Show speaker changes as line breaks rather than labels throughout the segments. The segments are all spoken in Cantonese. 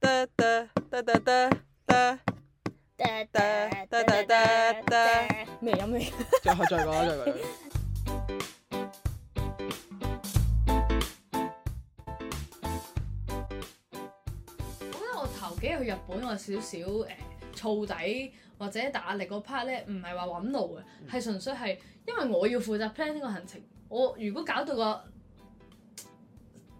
哒哒哒哒哒哒，
哒
哒哒哒哒哒
未飲未？
再 再講啦，再講。
我覺得我頭幾日去日本，我有少少誒燥底或者大壓力嗰 part 咧，唔係話揾路嘅，係純粹係因為我要負責 plan 呢個行程。我如果搞到個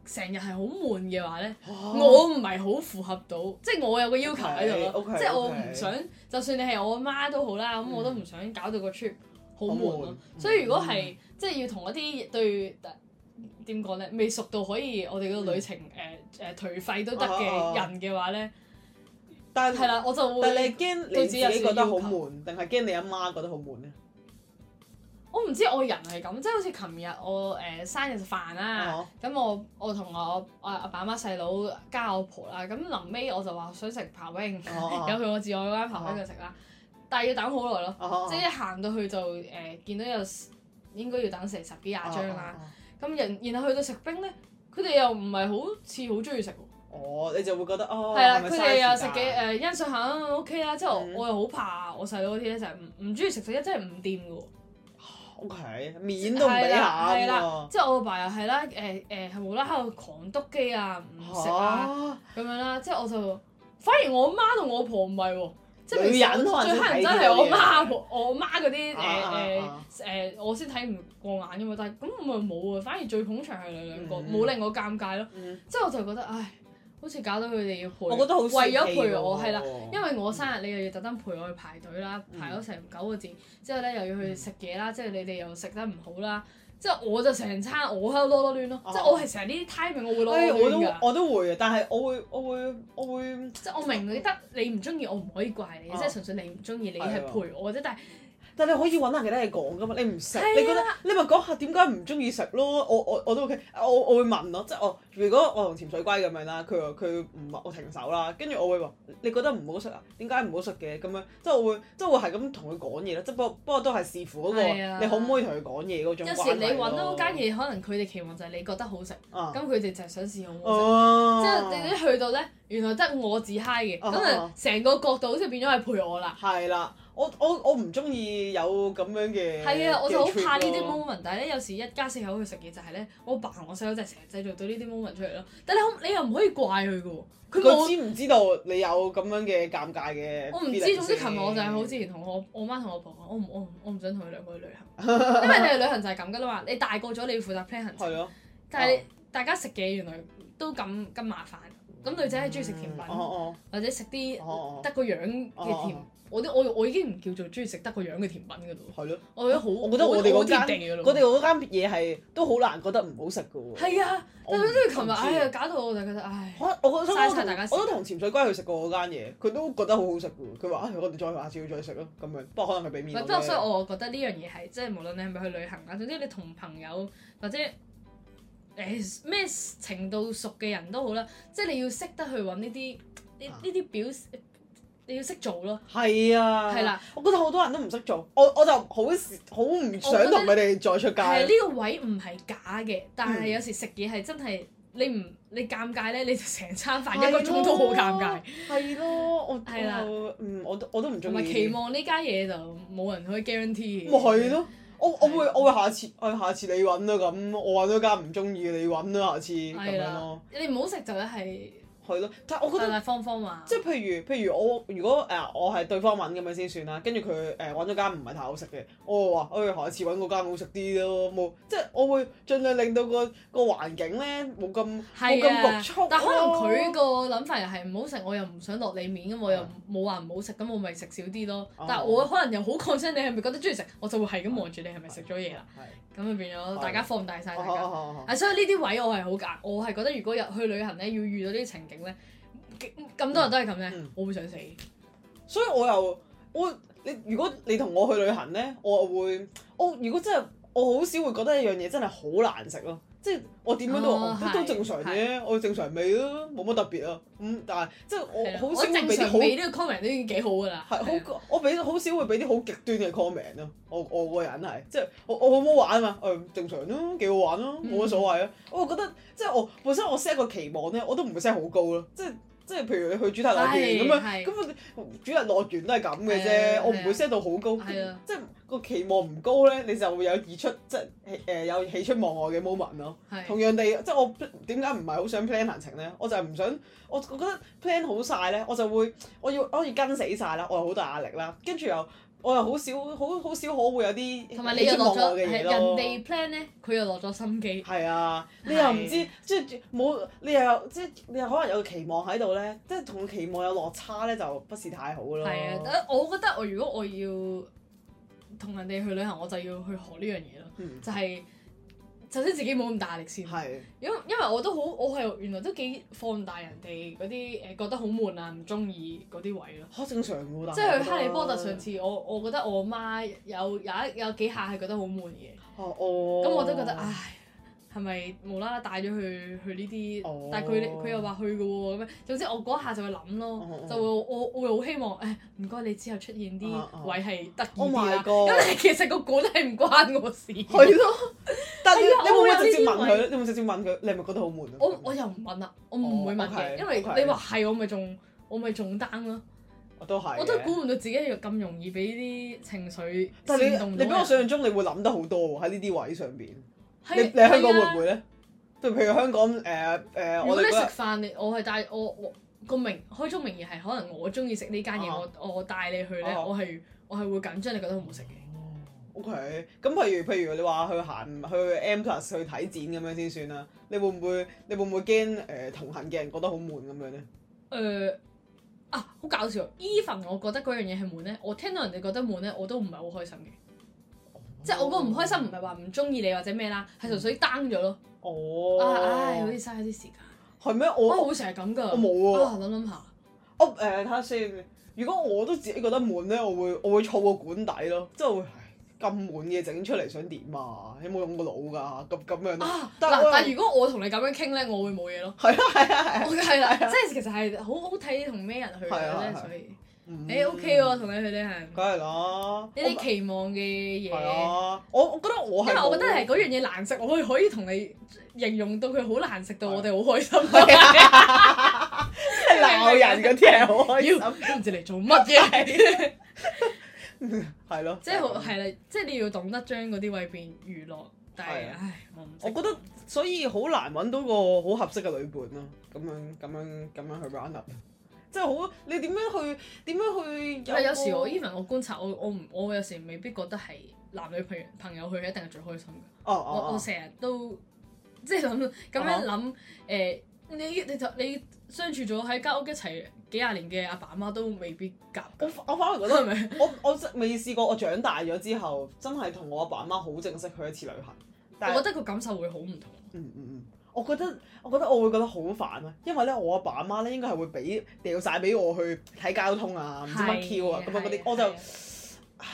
成日係好悶嘅話咧，
哦
我唔係好啊符合到，即係我有個要求喺度咯。
OK，OK，
即係我唔
OK
想，就算你係我媽都好啦，咁我都唔想搞到個 trip 好悶
好悶啊
咯。所以如果
嗯
係即係要同一啲對點講咧，未熟到可以我哋個旅程誒誒頹廢都得
嗯哦哦哦
嘅人嘅話咧，
但
係
係，
啦，我就
但係你
會
驚你
對
自己
自己有少
覺得好
要求
悶，定係驚你阿媽覺得好悶咧？
我唔知我人係咁，即係好似琴日我誒生日飯啦
哦，
咁我我同我阿阿爸媽細佬加我婆啦，咁臨尾我就話想食刨冰，
哦哦
有佢我自我嗰間刨冰去食啦，但係要等好耐咯，
哦
即係一行到去就誒見到有應該要等成十幾廿
哦
張啦，。咁然然後去到食冰咧，佢哋又唔係好似好中意食喎。
哦，你就會覺得哦，
係啦，
係咪
佢哋
嘥
又
時
食
間
幾誒欣賞下嗯 OK 啦，之後
嗯
我又好怕我細佬嗰啲咧就係唔唔中意食食一真係唔掂嘅喎。
O K，面都唔俾下
係
咁
啦，
啊
之後我爸又係啦，誒誒係無啦啦喺度狂篤機啊，唔食啊
嚇
咁樣啦，之後我就反而我媽同我婆唔係喎。即係
女人可能
最
先
乞人
睇
憎
呢
係我
啲嘢
媽喎，我媽嗰啲
啊啊啊
誒誒誒，我先睇唔過眼㗎嘛。但係咁我咪冇啊，反而最捧場係你兩個，
嗯
冇令我尷尬咯。
嗯
之後我就覺得唉，好似搞到佢哋要陪，
我覺得好泄
為咗
氣
陪我
喎
係啦，因為我生日你又要特登陪我去排隊啦，排咗成九個字，之後咧又要去食嘢
嗯
啦，即係你哋又食得唔好啦，之後我就成餐我喺度囉囉攣咯
哦，
即係我係成日呢啲 timing 我會
哎我
囉
都
囉攣㗎，
我都會嘅，但係我會我會我會
即係我明你得你唔中意我唔可以怪你，
哦
即係純粹你唔中意你
係
係
啊
陪我啫，但係
但你可以揾下其他嘢講噶嘛？你唔食，
係啊
你覺得你咪講下點解唔中意食咯？我我我都 OK，我啊我會問咯，即係我如果我同潛水龜咁樣啦，佢話佢唔我停手啦，跟住我會話你覺得唔好食啊？點解唔好食嘅咁樣？即係我會即係我會係咁同佢講嘢咯，即係不過不過都係視乎嗰
係啊
個你可唔可以同佢講嘢嗰種
有
關
時
係
你揾到
咯
間嘢，可能佢哋期望就係你覺得好食，
啊
咁佢哋就係想試好唔好食。
哦，
即係你一去到咧，原來得我自嗨嘅，
哦
咁啊成個角度好似變咗係陪我啦。
係啦，我我我唔中意有咁樣嘅
係啊，我就好怕呢啲
嘅 trip 咯
moment，但係咧有時一家四口去食嘢就係咧，我爸同我細佬就係成日製造到呢啲 moment 出嚟咯。但你可你又唔可以怪佢嘅喎，佢
佢
冇
知唔知道你有咁樣嘅尷尬嘅？
我唔知。總之琴日我就係好之前同我我媽同我婆講，我唔我唔 我唔想同佢兩個去旅行，因為你哋旅行就係咁噶啦嘛。你大個咗你要負責 plan 行
係
程，
咯。
但係
哦
大家食嘢原來都咁咁麻煩。咁女仔係中意食甜品，
哦
或者食
哦
啲得個樣嘅
哦
甜，我啲我我已經唔叫做中意食得個樣嘅甜品噶咯
哦，。係咯。
我覺得好，
我覺得我哋
好
嗰
貼地
間
㗎，咯。
我哋嗰間嘢係都好難覺得唔好食嘅喎。
係啊，
我
但
唔
係跟住琴
我唔
日，
知啊
唉呀，搞到我就覺得，唉，
我我想
嘥晒大
講
家時間
我都同潛水龜去食過嗰間嘢，佢都覺得好好食嘅喎。佢話：唉，哎我哋再下次要再食咯，咁樣。不過可能佢俾
唔
面
係
我
不過所以
啫。
我覺得呢樣嘢係即係無論你係咪去旅行啦，總之你同朋友或者誒咩程度熟嘅人都好啦，即係你要識得去揾呢啲呢
啊
呢啲表示，你要識做咯。
係啊，
係啦，
我覺得好多人都唔識做，我我就好好唔想同佢哋再出
係啊
街。
呢個位唔係假嘅，但係
嗯
有時食嘢係真係你唔你尷尬咧，你就成餐飯一個鐘都好尷尬。
係咯，我
係啦
我嗯，我都我都唔
同
中
埋
意。
期望呢家嘢就冇人可以 guarantee 嘅。
咪係咯。我我
啊
會我會下次，我下次你揾啦咁，我揾咗間唔中意嘅你揾啦，下次咁
係
樣咯
啦。，你唔好食就咧係
係咯，但係我覺
大
得
大方方話。
即係譬如譬如我如果誒、呃我係對方揾咁樣先算啦，跟住佢誒揾咗間唔係太好食嘅，我話誒、哎下次揾嗰間好食啲咯，冇即係我會盡量令到個個環境咧冇咁冇
係
咁
啊
局促咯，
但可能佢個諗法又係唔好食，我又唔想落你面咁，我又冇話唔好食，咁我咪食少啲咯。
嗯哦
但係我可能又好 concern 你係咪覺得中意食，我就會係咁望住你係咪食咗嘢啦。
係
咁就變咗大家放大晒
哦
大
哦
家。
哦哦
啊，所以呢啲位我係好夾，我係覺得如果入去旅行咧，要遇到呢啲情景咧，咁多人都係咁咧
嗯，
我會想死。
所以我又我你如果你同我去旅行咧，我會我如果真係我好少會覺得一樣嘢真係好難食咯，即係我點樣都話
哦
哦都
係
都正常嘅，我正常味咯，冇乜特別啊。咁但係即係
係
我
啦
好
我
少會
正
俾啲
常俾
好
呢個 comment 都已經幾好㗎啦。
係好我俾好少會俾啲好極端嘅 comment 咯。我我個人係即係我我好好玩啊嘛，誒、正常咯，幾好玩
嗯
咯，冇乜所謂啊。我覺得即係我本身我 set 個期望咧，我都唔會 set 好高咯，即係。即係譬如你去主題樂園咁
係
樣，
啊係
咁啊主題樂園都係咁嘅
係
啫，
啊
我唔
係
會
啊
set 到好高，
係啊
即係個期望唔高咧，你就會有意出即係誒有喜出望外嘅 moment 咯。同
係
樣地，即係我點解唔係好想 plan 行程咧？我就係唔想，我我覺得 plan 好晒咧，我就會我要我好似跟死晒啦，我又好大壓力啦，跟住又我又好少好好少可會有啲
同埋你又落咗
喜出
係
望外
人
嘅嘢咯。
哋 plan 咧，佢又落咗心機，
係啊，你又唔知
係
即係冇，你又有即係你又可能有個期望喺度咧，即係同個期望有落差咧，就不是太好咯。
係啊！但我覺得我如果我要同人哋去旅行，我就要去學呢樣嘢咯，
嗯，
就係、首先自己冇咁大壓力先，
係
因為因為我都好，我係原來都幾放大人哋嗰啲誒覺得好悶啊，唔中意嗰啲位咯。
嚇正常㗎，但
即係
係
去《哈利波特》上
次，
次，我我覺得我媽有有一有幾下係覺得好悶嘅，
哦哦，
咁我都覺得啊唉，係咪無啦啦帶咗去去呢啲？
哦
但係佢佢又話去嘅喎，咁樣總之我嗰下就會諗咯
哦哦，
就會我我會好希望誒唔該你之後出現
啊啊
啲位係得意
Oh
啲
my
啦，
God
因為其實個館係唔關我事。
係咯，但係你
哎呀
你會唔
我
會
有
直接
呢
問
啲
佢咧？你會唔會直接問佢？你係咪覺得好悶啊？
我我又唔問啦，我唔會問
哦，OK，
嘅，因為
OK
你話係我咪仲我咪仲 down 咯，
我都係嘅，
我都估唔到自己咁容易俾啲情緒
但係
煽
你
動
你
到
比我
人
想象中，你會諗得好多喎喺呢啲位上邊。你
係
你喺香港
係
會
啊
唔會咧？譬如香港誒誒，
如
我
果
哋
你食
嗰日
飯，你我係帶我我個名開宗明義係可能我中意食呢間嘢，
啊
我我帶你去咧，
啊
我係我係會緊張，你覺得好唔好食嘅？
OK，咁譬如譬如你話去行去 M plus 去睇展咁樣先算啦。你會唔會你會唔會驚誒同行嘅人覺得好悶咁樣咧？
誒、呃啊，好搞笑！even 我覺得嗰樣嘢係悶咧，我聽到人哋覺得悶咧，我都唔係好開心嘅。
哦
即係我嗰個唔開心，唔係話唔中意你或者咩啦，係純粹 down 咗咯。啊，唉，好似
哦，
嘥咗啲時間。啊
係咩？
我
我
好成日咁㗎。
我冇喎
啊，諗諗下，
我誒睇下先。如果我都自己覺得悶咧，我會我會燥個管底咯，即係會唉咁悶嘅整出嚟想點啊？有冇用個腦㗎？咁咁樣咯
啊，
但係我
嗱，但係如果我同你咁樣傾咧，我會 冇嘢咯。
係啊係啊係啊
我係啦，即係其實係好好睇同咩人去
係啊
嘅咧，
係啊
所以。
嗯
誒 OK 喎，同你去旅行，呢
梗係啦，
啲期望
係
嘅嘢，
啊，我我覺得我
因
係
為
冇，
我覺得係嗰樣嘢難食，我可以可以同你形容到佢好難食到我哋好開心，
係 鬧人 嗰啲係好開心，
妖都唔知你做乜 嘢，
係咯，
即係好
就咁
係啦，即係你要懂得將嗰啲位變娛樂，但係
係啊
唉，我唔識
我覺得所以好難揾到個好合適嘅旅伴咯，咁樣咁樣咁樣去 round up，即係好你點樣去點樣去
唔係有
個
時我 even 我觀察我我唔我有時未必覺得係男女朋友朋友去一定係最開心嘅。
哦
我我
哦
成日都 即係諗咁
啊
樣諗誒、你你就你相處咗喺間屋一齊幾廿年嘅阿爸阿媽都未必夾
哦，
㗎，
我我反而覺得
係。咪？
我我真未試過，我長大咗之後，真係同我阿爸阿媽好正式去一次旅行。但
我覺
係，
得個感受會好唔同。
嗯嗯嗯，我覺得我覺得我會覺得好煩啊，因為咧我阿爸阿媽咧應該係會俾掉晒俾我去睇交通啊，唔知乜 Q 啊咁樣嗰啲，我就
係係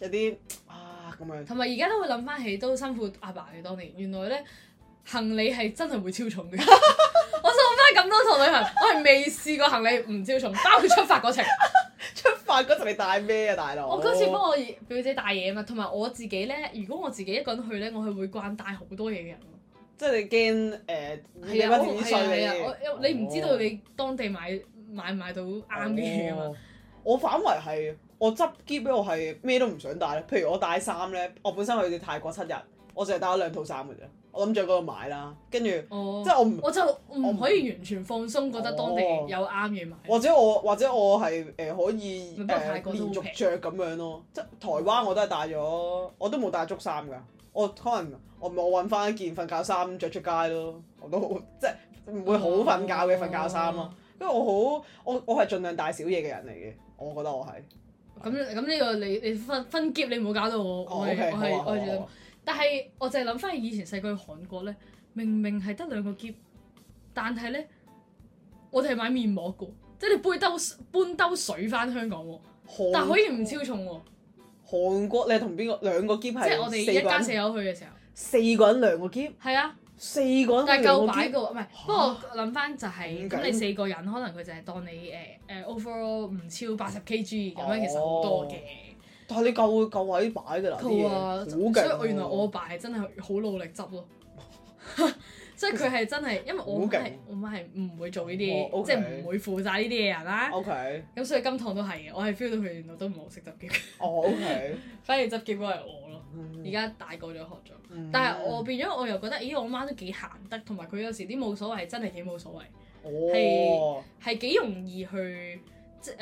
有啲啊咁樣。
同埋而家都會諗翻起都辛苦阿爸嘅當年，原來咧行李係真係會 超重嘅。我送翻咁多趟旅行，我係未試過行李唔超重，包括出發嗰 程。
出發嗰陣你帶咩啊，大佬？
我嗰次幫我表姐帶嘢啊嘛，同埋我自己咧，如果我自己一個人去咧，我係會慣帶好多嘢嘅人咯。
即係你驚誒，你哦
係
乜
啊，
自
我
己
係啊係
碎
啊，我你唔知道你當地買買唔買到啱嘅嘢啊嘛，
哦我反為係我執箧咧，我係咩都唔想帶咧。譬如我帶衫咧，我本身去泰國七日，我淨係帶咗兩套衫嘅啫。我諗住喺嗰度買啦，跟住即
哦，
係我哦唔，
我就唔可以完全放鬆，覺得當地有啱嘢買。
或者我或者我係誒、可以
咪
誒、
不過泰國都
連
好
續
平
着咁樣咯。即係台灣我都係帶咗，我都冇帶足衫㗎。我可能我我揾翻一件瞓覺衫着出街咯，我都好即係唔會好瞓覺嘅瞓覺衫
哦
咯。因為我好我我係盡量帶少嘢嘅人嚟嘅，我覺得我係。
哦。咁咁呢個你你分分夾你唔好搞到我，
哦
我係
，OK，
我
好啊
係
好
我
啊
係
好
覺
啊
得，但係我就係諗翻以前細個去韓國咧，明明係得兩個夾，但係咧我哋係買面膜嘅，即係你背兜搬兜水翻香港喎，
啊韓
但可以唔超重喎，
韓國你係同邊個兩個兼係
即係我哋一家四口去嘅時候，
四個人兩個兼，
係啊。
四個人
但係
兩個
夠擺嘅
兼，
喎，唔係。不過諗翻就
咁
係
緊
咁，你四個人可能佢就係當你誒誒 overall 唔超八十 kg 咁樣，其實好多嘅。
但係你夠夠位擺㗎啦，啲
佢
嘢
話，
好
啊所
勁喎。
以我原來我阿爸係真係好努力執咯。 即係佢係真係，因為
好
我媽係
勁
我媽係唔會做呢
哦
啲，
，OK 哦
即係唔會負責呢啲嘢人啦。
O K，
咁所以金堂都係嘅，我係 feel 到佢原來都唔係好 識執結，
哦 O K，
反而執結嗰係我咯。而
而
家大個咗學咗，
嗯
但係我變咗我又覺得，咦我媽都幾閒得，同埋佢有時啲冇所謂真係幾冇所謂。係
哦，
係幾容易去即誒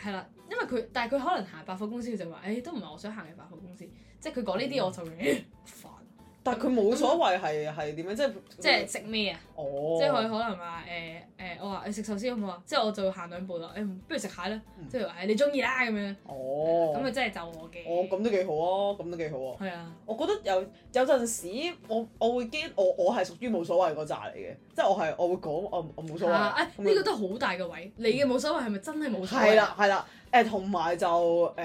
係啦，因為佢但係佢可能行百貨公司佢就話，誒、都唔係我想行嘅百貨公司，即係佢講呢
嗯
啲我就會煩，
但係佢冇所謂係係點樣，即係
即係食咩啊？
哦，
即係佢可能話誒誒，我話誒食壽司好唔好啊？即係我就行兩步啦，誒、不如食蟹啦，
嗯
即係話誒你中意啦咁樣，
哦，
咁
咁
啊
啊，
真係就我嘅，
哦咁都幾好啊，咁都幾好啊。
係啊，
我覺得有有陣時我，我會驚我我係屬於冇所謂嗰扎嚟嘅，即係我係我會講我我冇所謂。
啊誒
咁樣
呢個都好大嘅位，你嘅冇所謂係咪真係冇所謂？
係啦，係啦，誒同埋就誒、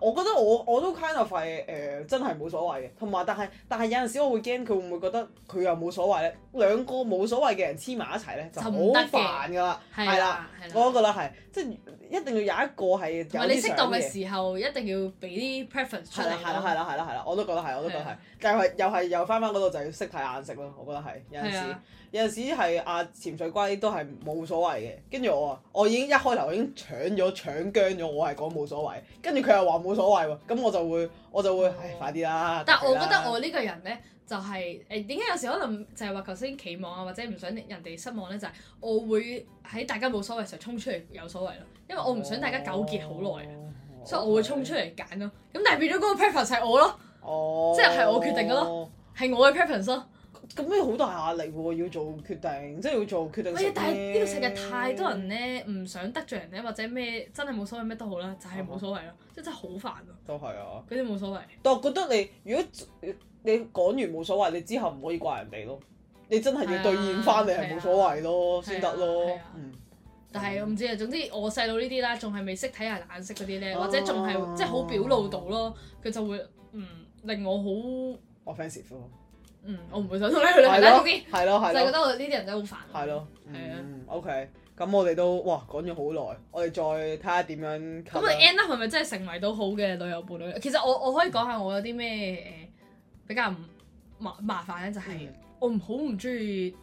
我覺得我我都 kind of 係誒、真係冇所謂嘅，同埋但係但係有陣時我會驚佢會唔會覺得佢又冇所謂咧，兩個冇所謂嘅人黐埋一齊咧就好
就唔得嘅
煩㗎啦，
係
係啦
啦，係啦
我覺得係即係一定要有一個係有
同埋你
啲
適
想
當嘅
嘅。
時候一定要俾啲 preference 出
係啦係
嚟，
啦係啦係啦係啦，我都覺得係，我都覺得
係
係
啊，
但係又係又翻翻嗰度就要識睇眼色咯，我覺得係有陣
係
時
啊
有陣時係啊潛水龜都係冇所謂嘅，跟住我啊，我已經一開頭已經搶咗搶僵咗，我係講冇所謂，跟住佢又話冇所謂喎，咁我就會我就會
哦
唉快啲啦，
但我覺
求其啦
得我呢個人咧，就係誒點解有時可能就係話頭先期望啊，或者唔想人哋失望咧，就係、我會喺大家冇所謂嘅時候衝出嚟有所謂咯，因為我唔想大家糾結好耐啊，
哦
所以我會衝出嚟揀咯。咁但係變咗嗰個 preference 係我咯，
哦，
即係係我決定嘅咯。係我嘅 preference 咯。
咁你好大壓力喎，要做決定，即係要做決定。
哎呀，但係呢個世界太多人咧，唔想得罪人咧，或者咩真係冇所謂咩都好啦，就係、冇所謂咯，即係真係好煩啊！
都係啊。
嗰啲冇所謂，
但我覺得你如果你講完冇所謂，你之後唔可以怪人哋咯。你真係要兌現翻，你係冇所謂咯，
係啊
先得咯
係啊。
嗯，
但係我唔知啊。總之我細佬呢啲啦，仲係未識睇人眼色嗰啲咧，或者仲係
哦
即係好表露到咯，佢就會嗯令我好
我 fans 咯，
嗯我唔會想同你去旅行啦，
咯
總之，
啊係咯，係
就係覺
咯，
得我呢啲人真係好煩。
係咯。
係啊
嗯，OK。咁我哋都哇講咗好耐，我哋再睇下點樣
咁
cut
我哋
啦。
end up 係咪真係成為到好嘅旅遊伴侶？其實我我可以講下我有啲咩誒比較唔麻麻煩咧，就係
嗯
我唔好唔中意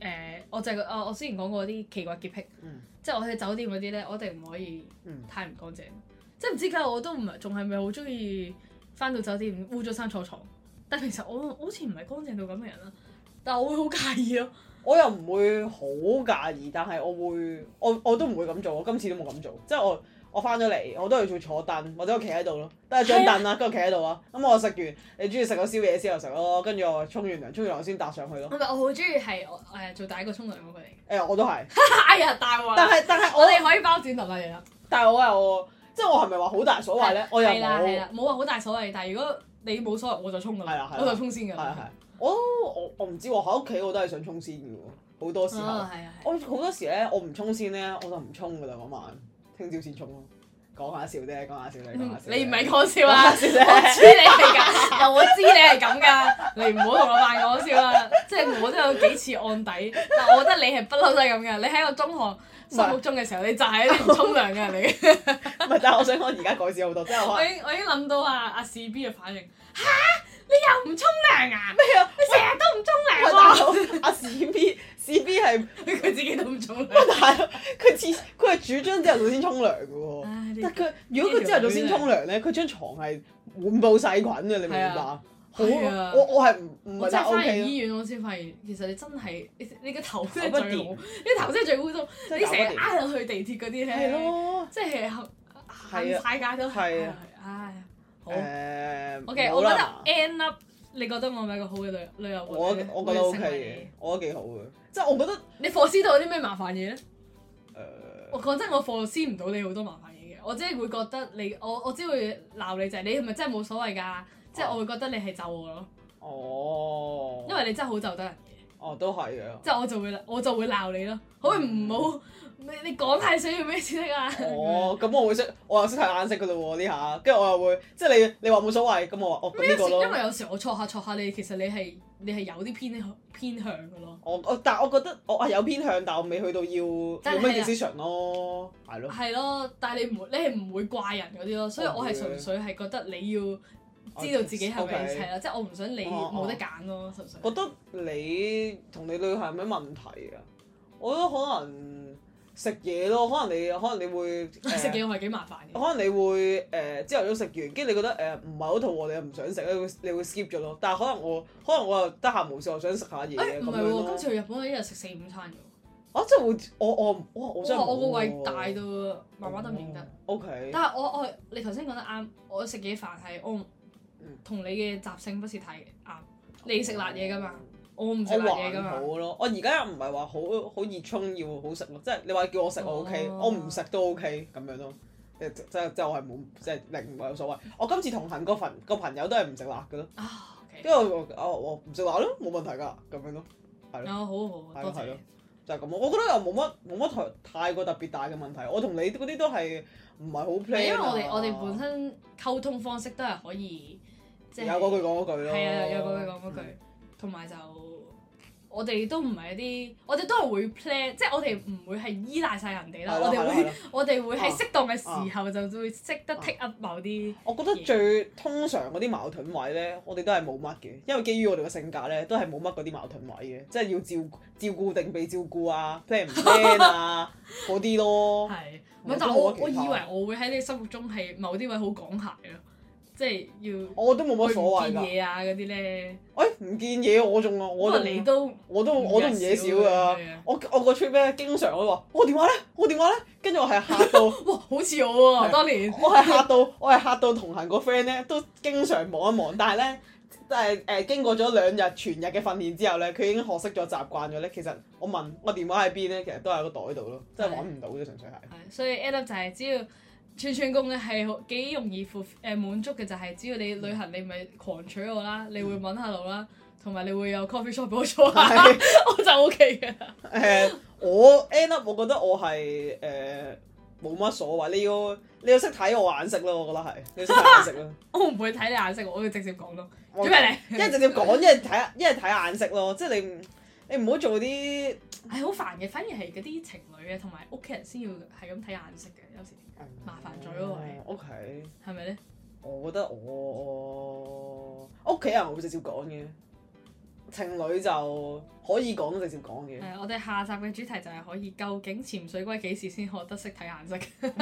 誒，我就係我我之前講過啲奇怪潔癖，
嗯
即係我喺酒店嗰啲咧，我一定唔可以
嗯
太唔乾淨。即係唔知點解我都唔係仲係咪好中意翻到酒店污咗衫坐床，但其實我 好似唔係乾淨到咁嘅人啦，但我會好介意咯。
我又唔會好介意，但係我會，我我都唔會咁做，我今次都冇咁做，即係我我翻咗嚟，我都係做坐凳或者我企喺度咯，都係張凳啦，跟住企喺度啊。咁我食完，你中意食個宵夜先又食咯，跟住我沖完涼，沖完涼先搭上去咯
我。咪我好中意係我誒做第一個沖涼嗰個嚟。
誒、我都係，
哎呀，大鑊
但
啦！
係但係
我
我，
哋可以包剪揼啦，嘢啦。
但係我又，即係我係咪話好大所謂咧？我又
係啦係
冇，
啦，冇話啊好大所謂，但係如果你冇所謂，我就衝㗎
係啦
啦
係，啦
我就衝先㗎
係啊係
啦。
啊，我都我我唔知喎，喺屋企我都係想衝先嘅喎，好多時候
啊，，係啊係啊。
我好多時咧，我唔衝先咧，我就唔衝噶啦嗰晚，聽朝先衝咯，講下笑啫，講下笑啫，講下笑啫。
嗯你唔係講笑啊！我
講
知
笑
你
啫
係咁， 但我知你係咁噶，你唔好同我扮講笑啦。即係我都有幾次案底，但我覺得你係不嬲都係咁嘅。你喺我中學心目中嘅時候，你就係啲唔沖涼嘅人嚟嘅。
唔係，但係我想講而家改善好多，即係我
我
係
已經我已經諗到啊阿 C B 嘅反應，嚇你又唔沖涼啊？咩
啊？
你
喂
成日都唔沖
大
涼啊？
佬，阿 C B C B 係
佢自己都唔沖涼。
大佬，佢次佢係主張朝頭早先沖涼嘅喎。
唉呢
但佢如果佢朝頭早先沖涼咧，佢張床係滿布細菌嘅，你明唔明白？
係啊
好，
係啊
我我係唔唔
我
係
真
太
係啊翻
OK
嚟
咯
醫院，我先發現其實你真係你你個頭
搞
真
不
係最
掂
好，你頭真係最污糟，
真
你
係搞
成
不掂
日呃人去地鐵嗰啲咧，
係，咯。
即係行行晒街都
係
係
啊，
唉，好
誒
，OK，
好
我覺
啦
得 end up，你覺得我係咪一個好嘅旅旅遊
我我
伴侶
覺得 OK
咧會成為
嘅，我覺得幾好嘅，即係我覺得
你你 foresee 到有啲咩麻煩嘢咧？
誒
我講真，我 foresee 唔到你好多麻煩嘢嘅，我只係會覺得你，我我只會鬧你就係你係咪真係冇所謂㗎？即係我會覺得你係就我咯，
哦，
因為你真係好就得人嘅。
哦都係嘅。
即係我就會我就會鬧你咯，可唔可以唔好你你講太死要咩先得啊？
哦，咁我會識，我又識睇眼色噶嘞喎呢下，跟住我又會，即係你你話冇所謂，咁我話哦
咁
咁呢
有
個
時
咯
因。為有時我錯下錯下你，其實你係你係有啲偏向偏向嘅咯，
我我但係我覺得我啊係有偏向，但我未去到要要
但係啊
咩 decision 咯，係咯。哦
係咯，但係你唔會你係唔會怪人嗰啲咯，所以我係純粹係覺得你要知道自己係咪
OK
係啦，即係我唔想你
哦哦
冇得揀咯，純粹
覺。得你同你女朋友有咩問題啊？我覺得可能食嘢咯，可能你可能你 會呃誒哦
食嘢我係幾麻煩嘅，
可能你會誒、呃朝頭早食完，跟住你覺得誒唔係好肚餓，你又唔想食咧，你會你會 skip 咗咯。但係可能我可能我又得閒無事，我想食下嘢
誒
咁
哎唔係
樣
喎，
咯
今。次去日本我一日食四五餐嘅喎。
啊，即係會我我唔哇我真係
哇！我個
冇
胃
喎哦
大到麻麻都唔認得。。
O K，
但係我我你頭先講得啱，我食嘢飯係我唔
嗯
同你嘅習性不是太啱。你食辣嘢㗎嘛，我唔食辣嘢㗎
哦我還好
嘛。
咯，我而家唔係話好好熱衷要好食咯，即係你話叫我食我 O K，
哦
我唔食都 O K 咁樣咯。即即即即我係冇即係零冇有所謂。我今次同行個朋個朋友都係唔食辣嘅咯，
啊，OK，
跟住我我我唔食辣咯，冇問題㗎咁樣咯。係咯
啊好好
係
好，
咯
多
係
謝
咯
你。
就係咁咯，我覺得又冇乜冇乜太太過特別大嘅問題。我同你嗰啲都係唔係好 plan 啊。
因為我哋我哋本身溝通方式都係可以，即係
有嗰句講嗰句咯。嗯
係啊，有嗰句講嗰句，同埋就我哋都唔係一啲，我哋都係會 plan，即係我哋唔會係依賴晒人哋啦，
係咯
我哋
係咯係
會
咯
我哋會喺適當嘅
啊
時候就會識得 take up 某啲。
我覺得最通常嗰啲矛盾位咧，我哋都係冇乜嘅，因為基於我哋嘅性格咧，都係冇乜嗰啲矛盾位嘅，即係要照顧照顧定被照顧啊，plan 唔 plan 啊嗰啲咯。
係，唔
我
係
都
但我
冇乜
我以
其他
為我會喺你心目中係某啲位好講鞋咯，即係要
我都冇乜所謂
見
㗎。
嘢啊嗰啲咧，
誒唔見嘢我仲啊，
不
我
過
仲
你都
我都我都唔嘢少㗎
係啊。
我我個 trip 咧，經常我都話我電話咧，我電話咧，跟住我係嚇 到。
哇好似我
係
喎，當年
我係嚇到，我係嚇到同行個 friend 咧，都經常望一望，但係咧，但係誒、呃、經過咗兩日全日嘅訓練之後咧，佢已經學識咗習慣咗咧。其實我問我電話喺邊咧，其實都喺個袋度咯，真係揾唔到啫，純粹 係。
係，所以 end up 就係只要串串工嘅係好幾容易付誒滿足嘅就係只要你旅行你咪狂取我啦，
嗯
你會揾下路啦，同埋你會有 coffee shop 俾我坐下，
係 啊
我就 OK 嘅。
誒、我 end up 我覺得我係誒冇乜所謂，你要你要識睇我眼色咯，我覺得係，你要識睇眼色 咯。
我唔會睇你眼色，我會直接講咯。
我
做咩
一係直接講，一係睇一係睇眼色咯，即係你唔你唔好做啲。
你？係好煩嘅，反而係嗰啲情侶啊同埋屋企人先要係咁睇眼色嘅，有時麻煩咗咯喂
O K。
係咪咧？
嗯我覺得我我屋企人會直接講嘅，情侶就可以講直接講嘅
係。啊我哋下集嘅主題就係可以究竟潛水龜幾時先學得識睇眼色？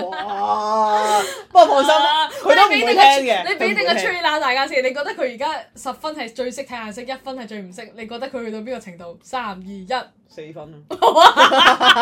哇！不過放心，
啊
佢都唔會聽嘅
你俾定個
佢唔會聽
tree 啦，大家先。你覺得佢而家十分係最識睇顏色，一分係最唔識？你覺得佢去到邊個程度？三二一，好
四分啊！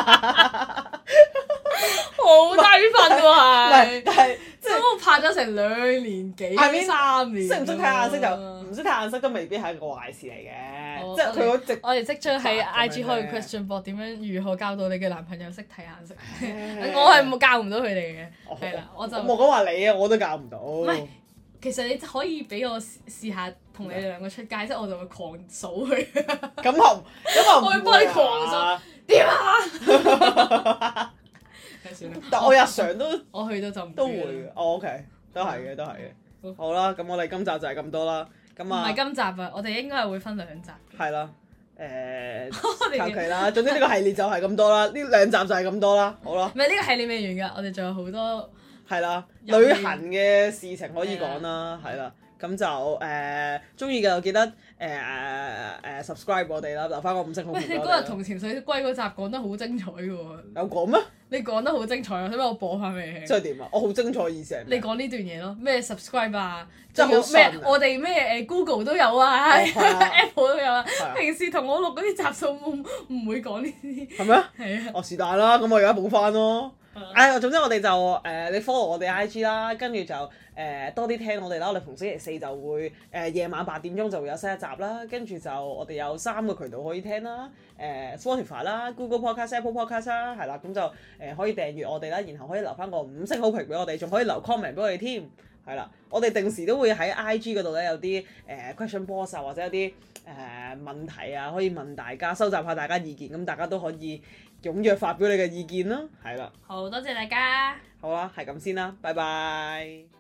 低分
唔
喎
係，
係。
但係即係
咁我拍咗成兩年幾
I mean，
三年，
識唔識睇眼色就唔識睇眼色都未必係一個壞事嚟嘅，
啊哦我
即係佢嗰直。
我哋即將喺
白咁樣
IG 開個
啫
question 博，點樣如何教到你嘅男朋友識睇顏色？ 我係冇教唔到佢哋嘅，係啦，我就
冇講話你啊，哦我都教唔到。
係其實你可以俾我試試下同你哋兩個出街，即係我就會狂數佢。
咁我唔咁我唔
我會幫你
會啊
狂點啊？
啊
算啦
但我日常都
我去到就 唔啊
都
會
會
啦
嘅。哦，OK，都係嘅，都係嘅。好啦，咁我哋今集就係咁多啦。咁
唔
啊
係。今集啊，我哋應該係會分兩集。
係啦，誒
我哋
求其
嘅
啦，總之呢個系列就係咁多啦，呢兩集就係咁多啦，好啦
唔，係呢個系列未完㗎，我哋仲有好多
係啦，
入
旅
面啊
行嘅事情可以講啦，係啦，咁就誒中意嘅就記得誒誒 subscribe 我哋啦，留翻個五星 好
喂！
評
你
俾我
嗰
哋
日
啦。
同潛水龜嗰集講得好精彩㗎喎，
有講咩？
你講得好精彩啊！使唔使我播翻俾你
即
聽？
係點啊？我好精彩意思係
你
咩？
講呢段嘢咯，咩 subscribe 啊，
真係好
仲有
順啊
咩？我哋咩誒 Google 都有啊
哦係啊
，Apple 都有啊
啊。
平時同我錄嗰啲集數冇唔會講呢啲，
係咩？
係啊。
哦是但啦，咁我而家補翻咯。
嗯
唉，總之我哋就誒、你 follow 我哋 IG 啦，跟住就誒、多啲聽我哋啦。我哋逢星期四就會誒、呃夜晚八點鐘就會有新一集啦，跟住就我哋有三個渠道可以聽啦，誒、Spotify 啦、Google Podcast、Apple Podcast 啦，係啦，咁就誒、呃可以訂閱我哋啦，然後可以留翻個五星好評俾我哋，仲可以留 comment 俾我哋添。係啦，我哋定時都會喺 IG 嗰度咧有啲誒、question box 啊，或者有啲誒、問題啊，可以問大家，收集下大家意見，咁大家都可以踴躍發表你嘅意見啦，係啦。
好多謝大家。
好啦，係咁先啦，拜拜。